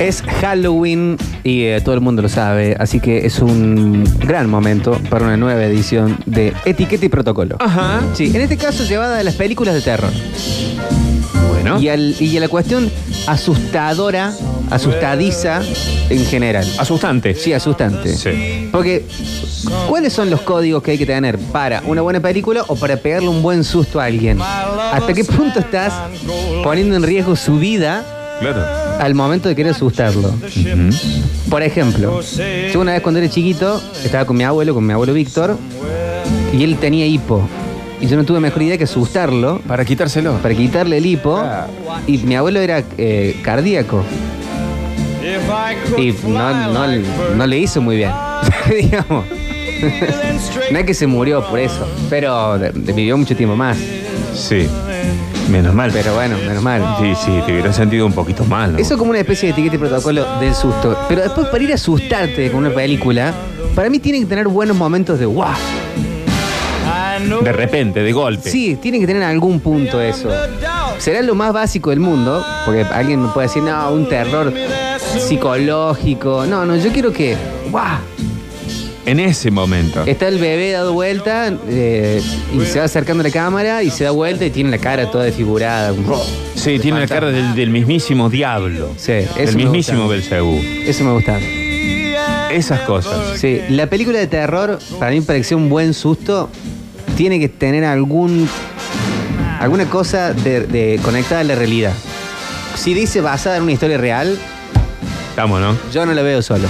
Es Halloween y eh, todo el mundo lo sabe, así que es un gran momento para una nueva edición de Etiqueta y Protocolo. Ajá. Sí, en este caso llevada a las películas de terror Bueno. y, al- y a la cuestión asustadora, asustadiza en general. Asustante. Sí, asustante. Sí. Porque, ¿cuáles son los códigos que hay que tener para una buena película o para pegarle un buen susto a alguien? ¿Hasta qué punto estás poniendo en riesgo su vida Claro. al momento de querer asustarlo? Por ejemplo, yo una vez cuando era chiquito estaba con mi abuelo, con mi abuelo Víctor, y él tenía hipo. Y yo no tuve mejor idea que asustarlo Para quitárselo. para quitarle el hipo. Claro. Y mi abuelo era eh, cardíaco. Y no, no, no le hizo muy bien. Digamos. No es que se murió por eso, pero de- de- vivió mucho tiempo más. Sí. Menos mal. Pero bueno, menos mal. Sí, sí, te hubieras sentido un poquito mal, ¿no? Eso como una especie de etiqueta y protocolo del susto. Pero después para ir a asustarte con una película, para mí tienen que tener buenos momentos de wow. De repente, de golpe. Sí, tienen que tener algún punto eso. Será lo más básico del mundo, porque alguien me puede decir, no, un terror psicológico. No, no, yo quiero que, wow. En ese momento. Está el bebé dado vuelta eh, y se va acercando a la cámara y se da vuelta y tiene la cara toda desfigurada. Sí, tiene la cara del, del mismísimo diablo. Sí, eso Del me mismísimo gusta. Belcebú. Eso me gusta. Esas cosas. Sí, la película de terror, para mí para que sea un buen susto, tiene que tener algún alguna cosa de, de- conectada a la realidad. Si dice basada en una historia real, Estamos, ¿no? yo no la veo solo.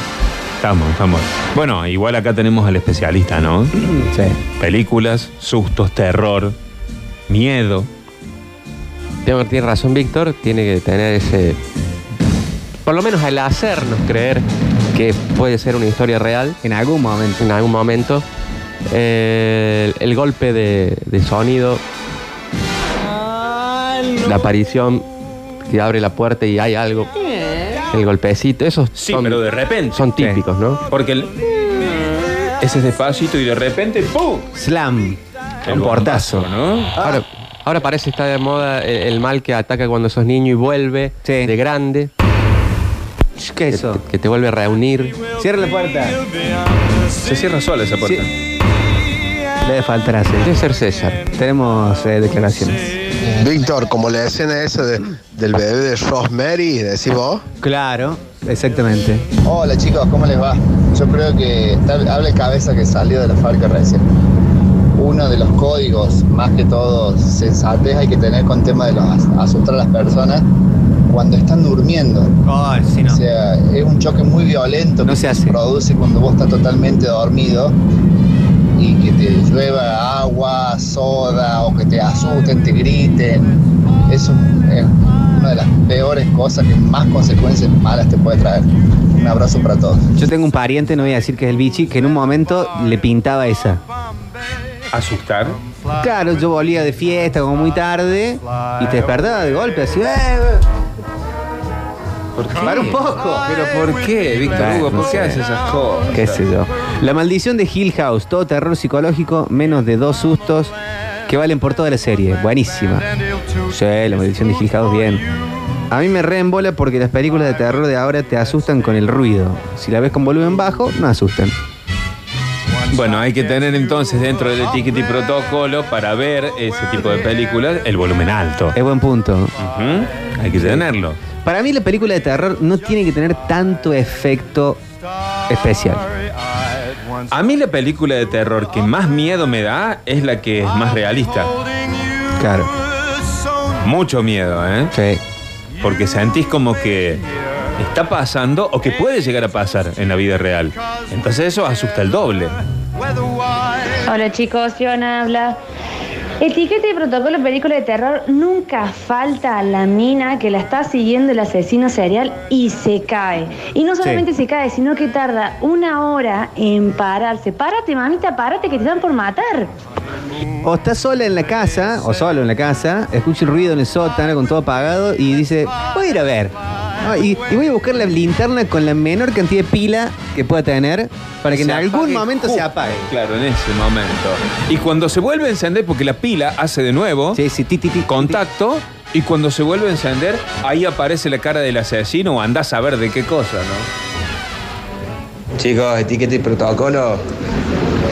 Estamos, estamos. Bueno, igual acá tenemos al especialista, ¿no? Sí. Películas, sustos, terror, miedo. Tengo- Tiene razón Víctor, tiene que tener ese... Por lo menos al hacernos creer que puede ser una historia real En algún momento. en algún momento, eh, el, el golpe de, de sonido, la aparición que abre la puerta y hay algo, el golpecito, esos Sí, son, pero de repente. son típicos, ¿no? Porque el... ese es despacito y de repente ¡pum! Slam. Un El portazo. Ah. bombazo, ¿no? Ahora, ahora parece estar de moda el, el mal que ataca cuando sos niño y vuelve Sí. de grande, ¿Qué que, es eso? te- que te vuelve a reunir. Este. Cierra la puerta. Se cierra sola esa puerta. Sí. Le debe faltar así. Debe ser César. Tenemos eh, declaraciones. Víctor, como la escena esa de- del bebé de Rosemary, decís vos. Claro, exactamente. Hola chicos, ¿cómo les va? Yo creo que tal- habla el cabeza que salió de la Farca recién. Uno de los códigos, más que todo, sensatez hay que tener con tema de los as- asustar a las personas cuando están durmiendo. O sea, es un choque muy violento No que se hace. produce cuando vos estás totalmente dormido y que te llueva agua, soda o que te asusten, te griten. Eso es una de las peores cosas que más consecuencias malas te puede traer. Un abrazo para todos. Yo tengo un pariente, no voy a decir que es el bichi, que en un momento le pintaba esa. Asustar. Claro, yo volvía de fiesta como muy tarde y te despertaba de golpe, así. "Eh, eh". ¿Por qué? Para un poco. ¿Pero por qué, Víctor Bueno, Hugo? no ¿Por sé. qué haces esas cosas? Qué sé yo. La maldición de Hill House, todo terror psicológico, menos de dos sustos que valen por toda la serie. Buenísima. Sí, la maldición de Hill House, bien. A mí me reembola porque las películas de terror de ahora te asustan con el ruido. Si la ves con volumen bajo, no asustan. Bueno, hay que tener entonces dentro del etiquete y protocolo para ver ese tipo de películas el volumen alto. Es buen punto. Ujú, Hay que tenerlo. Para mí la película de terror no tiene que tener tanto efecto especial. A mí la película de terror que más miedo me da es la que es más realista. Claro. Mucho miedo, ¿eh? Sí. Porque sentís como que está pasando o que puede llegar a pasar en la vida real. Entonces eso asusta el doble. Hola chicos, Fiona habla. Etiqueta y protocolo película de terror, nunca falta la mina que la está siguiendo el asesino serial y se cae. Y no solamente se cae, sino que tarda una hora en pararse. Párate, mamita, párate que te dan por matar. O está sola en la casa, o solo en la casa, escucha el ruido en el sótano con todo apagado y dice, voy a ir a ver. Ah, y, y voy a buscar la linterna con la menor cantidad de pila que pueda tener para que en Se algún apague momento se justo. apague. Uh, Claro, en ese momento. Y cuando se vuelve a encender, porque la pila hace de nuevo Sí, sí, ti, ti, ti, ti, ti. contacto, Y cuando se vuelve a encender, ahí aparece la cara del asesino o andás a ver de qué cosa, ¿no? Chicos, etiqueta y protocolo.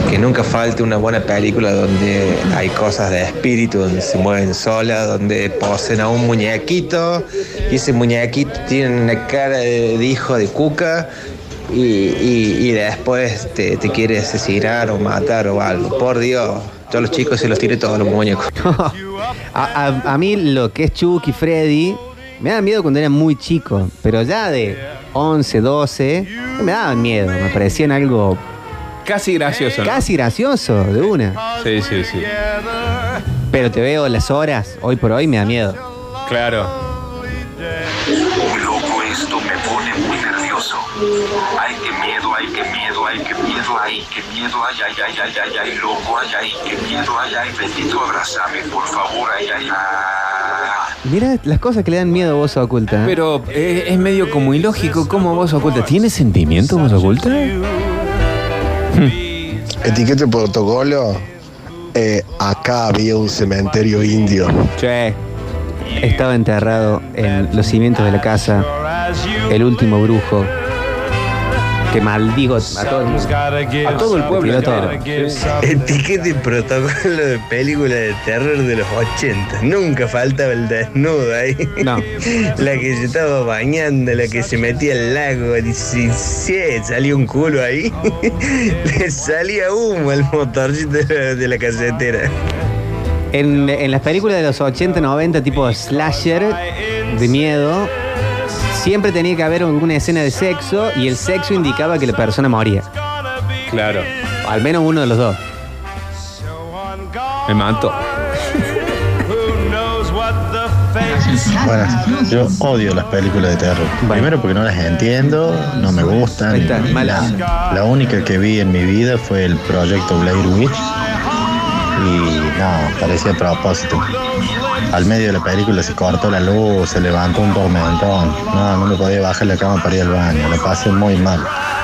Que nunca falte una buena película donde hay cosas de espíritu, donde se mueven solas, donde poseen a un muñequito y ese muñequito tiene una cara de, de hijo de cuca y, y- y después te, te quiere asesinar o matar o algo. Por Dios, yo a los chicos se los tiré todos los muñecos. a, a- a mí lo que es Chucky, Freddy, me daba miedo cuando era muy chico, pero ya de 11, 12, no me daban miedo, me parecían algo Casi gracioso, ¿no? casi gracioso de una. Sí, sí, sí. Pero te veo las horas, hoy por hoy me da miedo. Claro. Muy loco esto, me pone muy nervioso. Ay, qué miedo, ay, qué miedo, ay, qué miedo, ay, qué miedo, ay, ay, ay, ay, ay, ay, loco, ay, ay, qué miedo, ay, ay, bendito, abrázame, por favor, ay, ay, ay. Mira las cosas que le dan miedo a vos oculta. ¿eh? Pero eh, es medio como ilógico. ¿Cómo vos oculta? ¿Tiene sentimiento vos oculta? Hmm. Etiqueta y protocolo. eh, acá había un cementerio indio. Che, estaba enterrado en los cimientos de la casa el último brujo que maldigo a todo el mundo. A todo el pueblo. Tiró todo. entero. Sí. Etiqueta y este protocolo de película de terror de los 80. Nunca faltaba el desnudo ahí. No. La que se estaba bañando, la que se metía al lago. Y si si salía un culo ahí, le salía humo al motorcito de la- de la casetera. En, en las películas de los 80, 90, tipo slasher, de miedo, siempre tenía que haber alguna escena de sexo y el sexo indicaba que la persona moría. Claro. Al menos uno de los dos. Me mató. Bueno, yo odio las películas de terror. Primero porque no las entiendo, no me gustan. Ahí está, y mala. nada. La única que vi en mi vida fue el proyecto Blair Witch. Y no, parecía a propósito. Al medio de la película se cortó la luz, se levantó un tormentón. No, no me podía bajar la cama para ir al baño, la Ah, pasé muy mal.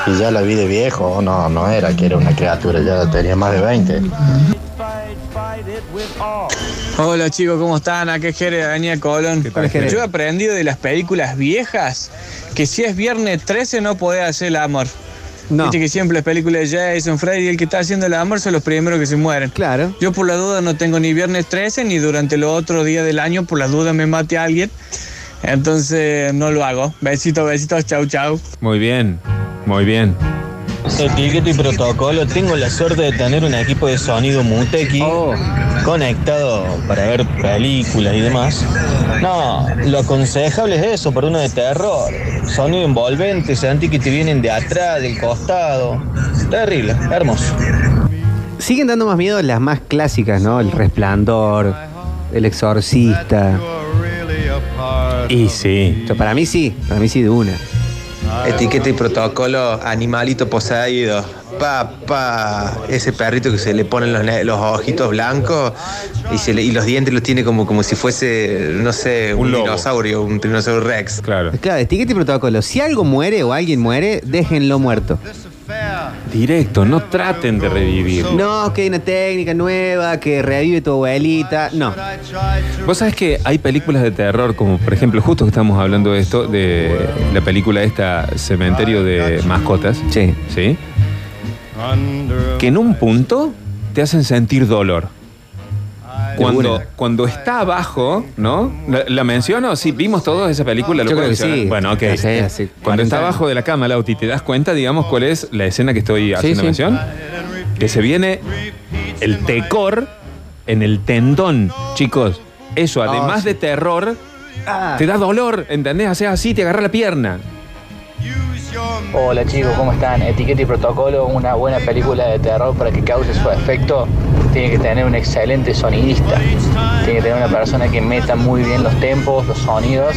Y ya la vi de viejo, no, no era que era una criatura, ya tenía más de 20. Hola chicos, ¿cómo están? Acá es Jere de Avenida Colón. tal, Jere? Yo he aprendido de las películas viejas que si es viernes 13 no podés hacer el amor. No. Viste que siempre las películas de Jason Freddy, el que está haciendo el amor son los primeros que se mueren. Claro. Yo por la duda no tengo ni viernes 13 ni durante los otros días del año, por la duda me mate a alguien. Entonces no lo hago. Besitos, besitos, chau, chau. Muy bien. Muy bien. Etiqueta y protocolo, tengo la suerte de tener un equipo de sonido Mutequi Oh, conectado para ver películas y demás. No, lo aconsejable es eso, para uno de terror. Sonido envolvente, sentí que te vienen de atrás, del costado. Terrible, hermoso. Siguen dando más miedo las más clásicas, ¿no? El resplandor, el exorcista. Y sí. O sea, para mí sí, para mí sí de una. Etiqueta y protocolo, animalito poseído. Papá, ese perrito que se le ponen los, ne- los ojitos blancos y, se le- y los dientes los tiene como, como si fuese, no sé, Un un, lobo. dinosaurio, un tiranosaurio rex. Claro. Claro, etiqueta y protocolo. Si algo muere o alguien muere, déjenlo muerto. Directo. No traten de revivir. No, que hay una técnica nueva que revive tu abuelita. No. Vos sabés que hay películas de terror, como por ejemplo, justo que estamos hablando de esto, de la película esta, Cementerio de Mascotas. Sí. ¿Sí? Que en un punto te hacen sentir dolor. Cuando, cuando está abajo, ¿no? ¿La, la menciono? Sí, vimos todos esa película. Yo creo que mencionar? sí. Bueno, ok. Ya sé, hace Cuando 40 está abajo de la cama, Lauti, ¿te das cuenta, digamos, cuál es la escena que estoy haciendo sí. mención? Que se viene el tecor en el tendón, chicos. Eso, además de terror, Ah. te da dolor, ¿entendés? Haces así, te agarra la pierna. Hola chicos, ¿cómo están? Etiqueta y protocolo, una buena película de terror para que cause su efecto, tiene que tener un excelente sonidista, tiene que tener una persona que meta muy bien los tempos, los sonidos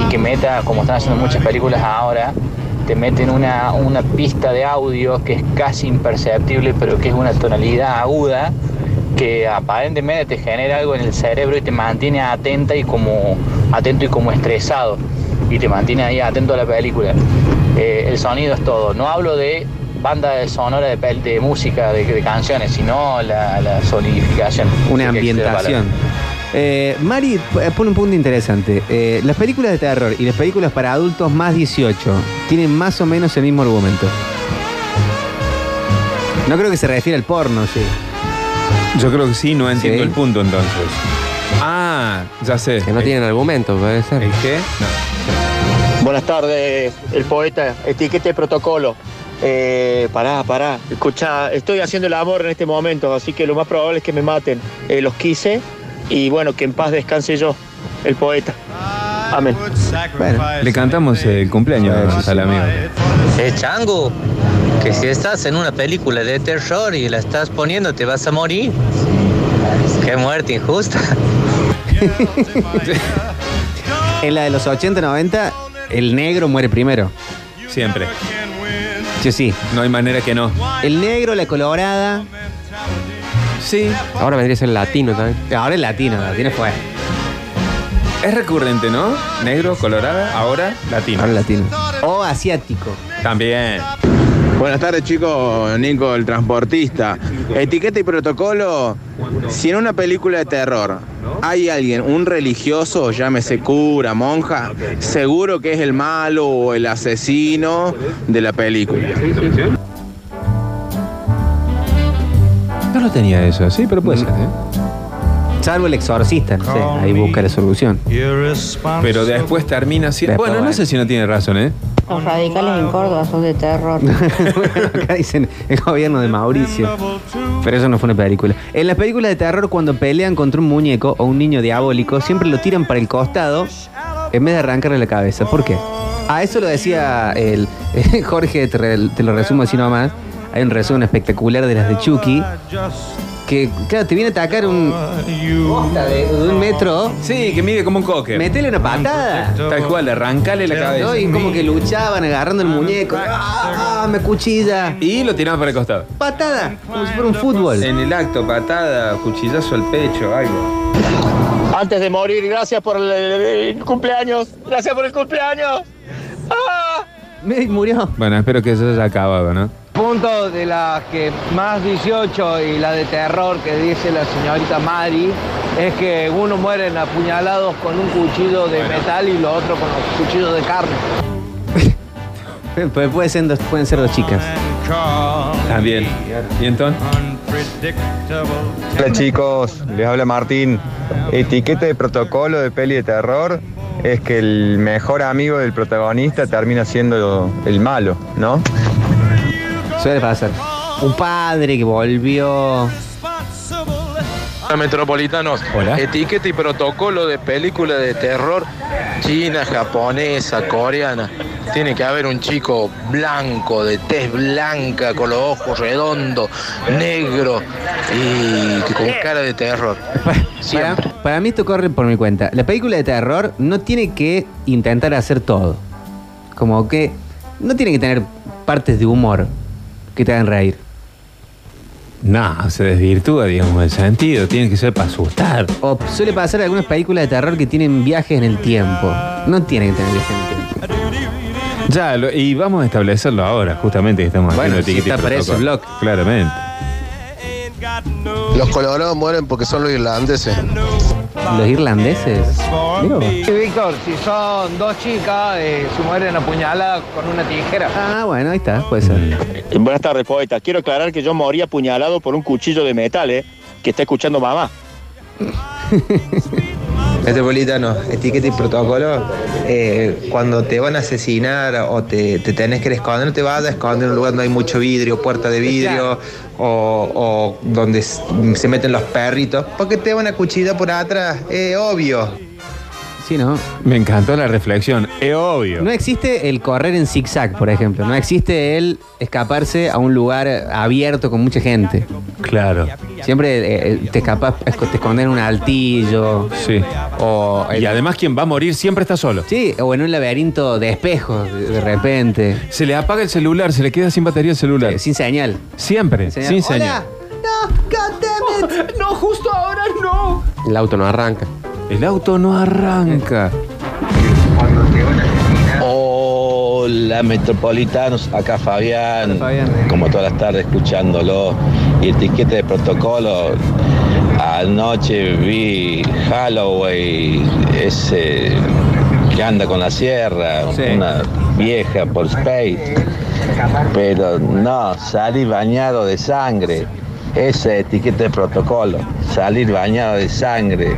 y que meta, como están haciendo muchas películas ahora, te meten una, una pista de audio que es casi imperceptible pero que es una tonalidad aguda que aparentemente te genera algo en el cerebro y te mantiene atenta y como atento y como estresado y te mantiene ahí atento a la película. Eh, el sonido es todo. No hablo de banda de sonora de, pel- de música, de, de canciones, sino la, la sonidificación. Una Sí, que existe la palabra. ambientación. Eh, Mari eh, pone un punto interesante. Eh, las películas de terror y las películas para adultos más 18 tienen más o menos el mismo argumento. No creo que se refiere al porno, sí. Yo creo que sí, no entiendo Sí. el punto entonces. Ah, ya sé. Que no tienen argumento, puede ser. ¿El qué? No. Buenas tardes, el poeta, etiquete de protocolo. Eh, pará, pará, escucha, estoy haciendo el amor en este momento, así que lo más probable es que me maten. Eh, los quise y bueno, que en paz descanse yo, el poeta. Amén. Bueno, le cantamos el cumpleaños al amigo. Eh, Chango, que si estás en una película de terror y la estás poniendo, te vas a morir. Qué muerte injusta. En la de los 80, 90, el negro muere primero. Siempre. Sí, sí. No hay manera que no. El negro, la colorada. Sí. Ahora vendría a ser latino también. Ahora el latino, latino fue. Es recurrente, ¿no? Negro, colorada, ahora latino. Ahora latino. O asiático. También. Buenas tardes chicos, Nico, el transportista. Etiqueta y protocolo. Si en una película de terror hay alguien, un religioso, llámese cura, monja, seguro que es el malo o el asesino de la película. No lo tenía eso, sí, pero Mm. puede ser. ¿eh? Salvo el exorcista, no sé. Ahí busca la solución. Pero después termina siendo. Después, Bueno, no bueno. sé si no tiene razón, ¿eh? Los radicales en Córdoba son de terror. Bueno, acá dicen el gobierno de Mauricio. Pero eso no fue una película. En las películas de terror, cuando pelean contra un muñeco o un niño diabólico, siempre lo tiran para el costado en vez de arrancarle la cabeza. ¿Por qué? A eso lo decía el Jorge, te, re- te lo resumo así nomás. Hay un resumen espectacular de las de Chucky. Que, claro, te viene a atacar un. Posta de, de un metro. Sí, que mide como un coque. Metele una patada. Tal cual, arrancale la cabeza. No, y como que luchaban agarrando el muñeco. ¡Ah! ¡Me cuchilla! Y lo tiramos para el costado. Patada. Como si fuera un fútbol. En el acto, patada, cuchillazo al pecho, algo. Antes de morir, gracias por el, el cumpleaños, gracias por el cumpleaños. ¡Ah! Me murió. Bueno, espero que eso haya acabado, ¿no? Punto de las que más 18 y la de terror que dice la señorita Mari es que unos mueren apuñalados con un cuchillo de metal y los otros con un cuchillo de carne. Pu- pu- Pues puede ser dos- pueden ser dos chicas. También. ¿Y entonces? Hola chicos, les habla Martín. Etiqueta de protocolo de peli de terror es que el mejor amigo del protagonista termina siendo el malo, ¿no? Suele pasar. Un padre que volvió. Metropolitanos, etiqueta y protocolo de película de terror china, japonesa, coreana. Tiene que haber un chico blanco, de tez blanca, con los ojos redondos, negro y con cara de terror. Para, para mí esto corre por mi cuenta. La película de terror no tiene que intentar hacer todo. Como que no tiene que tener partes de humor que te hagan reír. No, se desvirtúa, digamos, el sentido. Tiene que ser para asustar. O suele pasar en algunas películas de terror que tienen viajes en el tiempo. No tiene que tener viajes en el tiempo. Ya, lo- y vamos a establecerlo ahora, justamente que estamos Bueno, haciendo si etiqueta y está preso protocolo. Claramente. Los colorados mueren porque son los irlandeses. Los irlandeses. Sí, Víctor, si son dos chicas, eh, se mueren apuñaladas con una tijera. Ah, bueno, ahí está, puede ser. Buenas tardes, poeta. Quiero aclarar que yo morí apuñalado por un cuchillo de metal, ¿eh? Que está escuchando mamá. Metropolitano, etiqueta y protocolo, eh, cuando te van a asesinar o te, te tenés que esconder, no te vas a esconder en un lugar donde hay mucho vidrio, puerta de vidrio, o, o donde s- se meten los perritos, porque te van a cuchillar por atrás, es obvio. Sí, ¿no? Me encantó la reflexión. Es obvio. No existe el correr en zigzag, por ejemplo. No existe el escaparse a un lugar abierto con mucha gente. Claro. Siempre eh, te escapas, te esconden en un altillo. Sí. O Y además quien va a morir siempre está solo. Sí, o en un laberinto de espejos, de de repente. Eh, Se le apaga el celular, se le queda sin batería el celular. sin señal. Siempre, Sin sin señal. señal. No, goddammit. No, justo ahora no. El auto no arranca. El auto no arranca. Hola metropolitanos, acá Fabián, como todas las tardes escuchándolo. Y etiqueta de protocolo, Anoche vi Holloway, ese que anda con la sierra, una vieja por Space. Pero no, salí bañado de sangre. Esa etiqueta de protocolo, salir bañado de sangre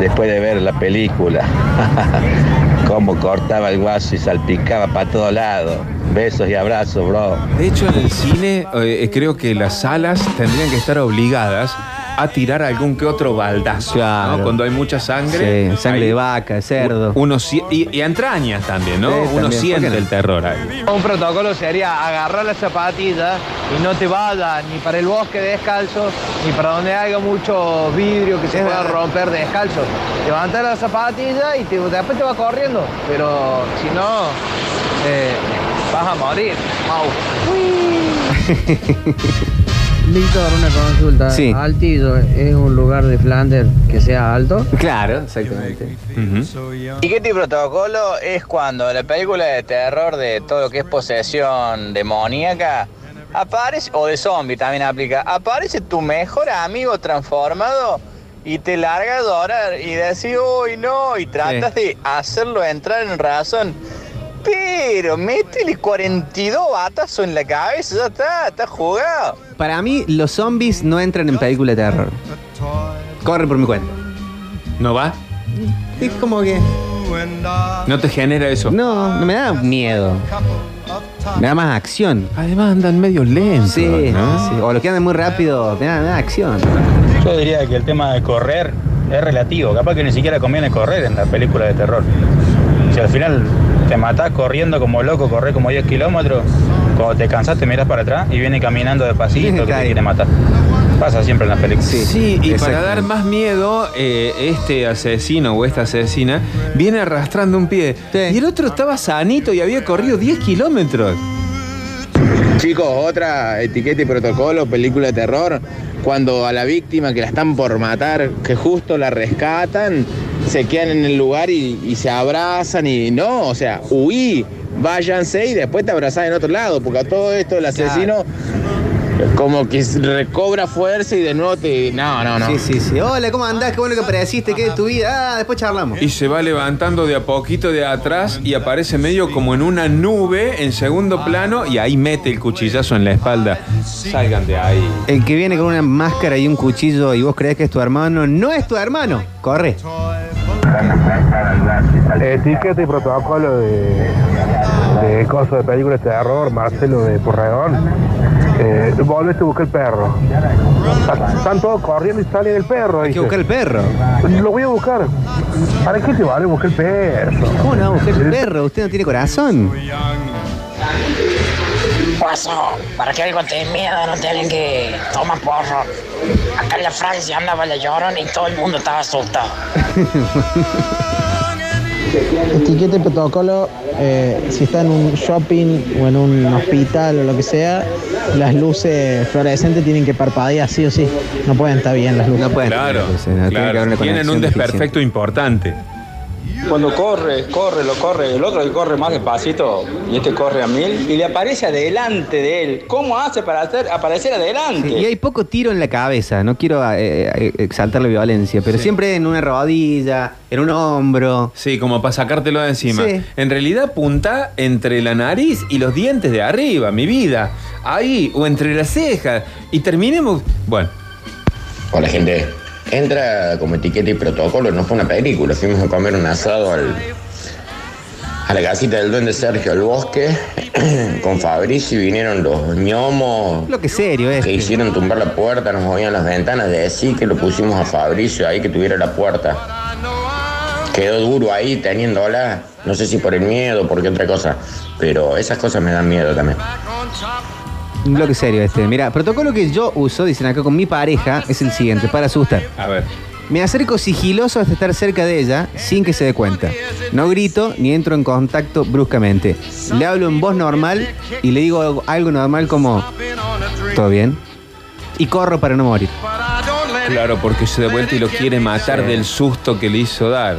después de ver la película. Cómo cortaba el guaso y salpicaba para todos lados. Besos y abrazos, bro. De hecho, en el cine eh, creo que las salas tendrían que estar obligadas a tirar algún que otro baldazo. Claro. ¿no? Cuando hay mucha sangre. Sí, sangre hay- de vaca, de cerdo. Uno si- y, y entrañas también, ¿no? Sí, uno también. siente ¿Por qué no? el terror ahí. Un protocolo sería agarrar la zapatilla y no te vayas ni para el bosque descalzo, ni para donde haya mucho vidrio que se pueda romper descalzo. Levantar la zapatilla y te- después te vas corriendo, pero si no, eh, vas a morir. Mau. Víctor, una consulta. Sí. ¿Altillo es un lugar de Flanders que sea alto? Claro, exactamente. Etiqueta y protocolo es cuando la película de terror de todo lo que es posesión demoníaca aparece, o de zombie también aplica, aparece tu mejor amigo transformado y te larga a adorar y decís, uy, no, y tratas de hacerlo entrar en razón. Pero métele 42 batazos en la cabeza, ya está, está jugado. Para mí, los zombies no entran en película de terror. Corren por mi cuenta. ¿No va? Es como que. ¿No te genera eso? No, no me da miedo. Me da más acción. Además andan medio lentos. Sí, sí. O los que andan muy rápido, me da, me da acción. Yo diría que el tema de correr es relativo. Capaz que ni siquiera conviene correr en las películas de terror. Si al final te matás corriendo como loco, corres como 10 kilómetros, cuando te cansas te miras para atrás y viene caminando de pasito que te quiere matar. Pasa siempre en las películas. Sí, y para dar más miedo, eh, este asesino o esta asesina viene arrastrando un pie. Y el otro estaba sanito y había corrido 10 kilómetros. Chicos, otra etiqueta y protocolo, película de terror, cuando a la víctima que la están por matar, que justo la rescatan, se quedan en el lugar y, y se abrazan y no, o sea, huí, váyanse y después te abrazás en otro lado, porque a todo esto el asesino como que recobra fuerza y de nuevo te... No, no, no. Sí, sí, sí. Hola, ¿cómo andás? Qué bueno que apareciste, ¿qué de tu vida? Ah, después charlamos. Y se va levantando de a poquito de atrás y aparece medio como en una nube en segundo plano y ahí mete el cuchillazo en la espalda. Salgan de ahí. El que viene con una máscara y un cuchillo y vos crees que es tu hermano, no es tu hermano. Corre. Etiqueta y protocolo de, de cosas de películas de terror, Marcelo de Porredón. Eh, volvete a buscar el perro. Están todos corriendo y salen el perro. Hay que buscar el perro. Lo voy a buscar. ¿Para qué te vale buscar el perro? ¿Cómo no va a buscar el perro? Usted no tiene corazón. Guaso, para que algo te dé miedo no tienen que tomar porro. Acá en la Francia andaba la llorona y todo el mundo estaba asustado. Etiqueta y protocolo, eh, si está en un shopping o en un hospital o lo que sea, las luces fluorescentes tienen que parpadear sí o sí. No pueden estar bien las luces. Claro, tiene que haber claro. una Tienen conexión un deficiente. desperfecto importante. Cuando corre, corre, lo corre, el otro que corre más despacito y este corre a mil y le aparece adelante de él. ¿Cómo hace para hacer, aparecer adelante? Y hay poco tiro en la cabeza, no quiero eh, eh, exaltar la violencia, pero siempre en una rodilla, en un hombro. Sí, como para sacártelo de encima. Sí. En realidad punta entre la nariz y los dientes de arriba, mi vida. Ahí, o entre las cejas. Y terminemos. Bueno, Hola gente, entra como etiqueta y protocolo, no fue una película, fuimos a comer un asado al, a la casita del duende Sergio al bosque con Fabricio y vinieron los ñomos Lo que serio este. es. que hicieron tumbar la puerta, nos movían las ventanas, de decir que lo pusimos a Fabricio ahí que tuviera la puerta. Quedó duro ahí teniéndola, no sé si por el miedo o por qué otra cosa, pero esas cosas me dan miedo también. Un bloque serio este. Mira, protocolo que yo uso, dicen acá con mi pareja, es el siguiente, para asustar. A ver. Me acerco sigiloso hasta estar cerca de ella sin que se dé cuenta. No grito ni entro en contacto bruscamente. Le hablo en voz normal y le digo algo, algo normal como ¿Todo bien? Y corro para no morir. claro, porque se da vuelta y lo quiere matar del susto que le hizo dar.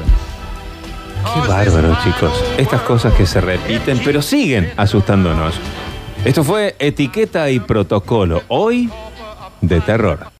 Qué bárbaro, chicos. Estas cosas que se repiten, pero siguen asustándonos. Esto fue Etiqueta y Protocolo. Hoy, de terror.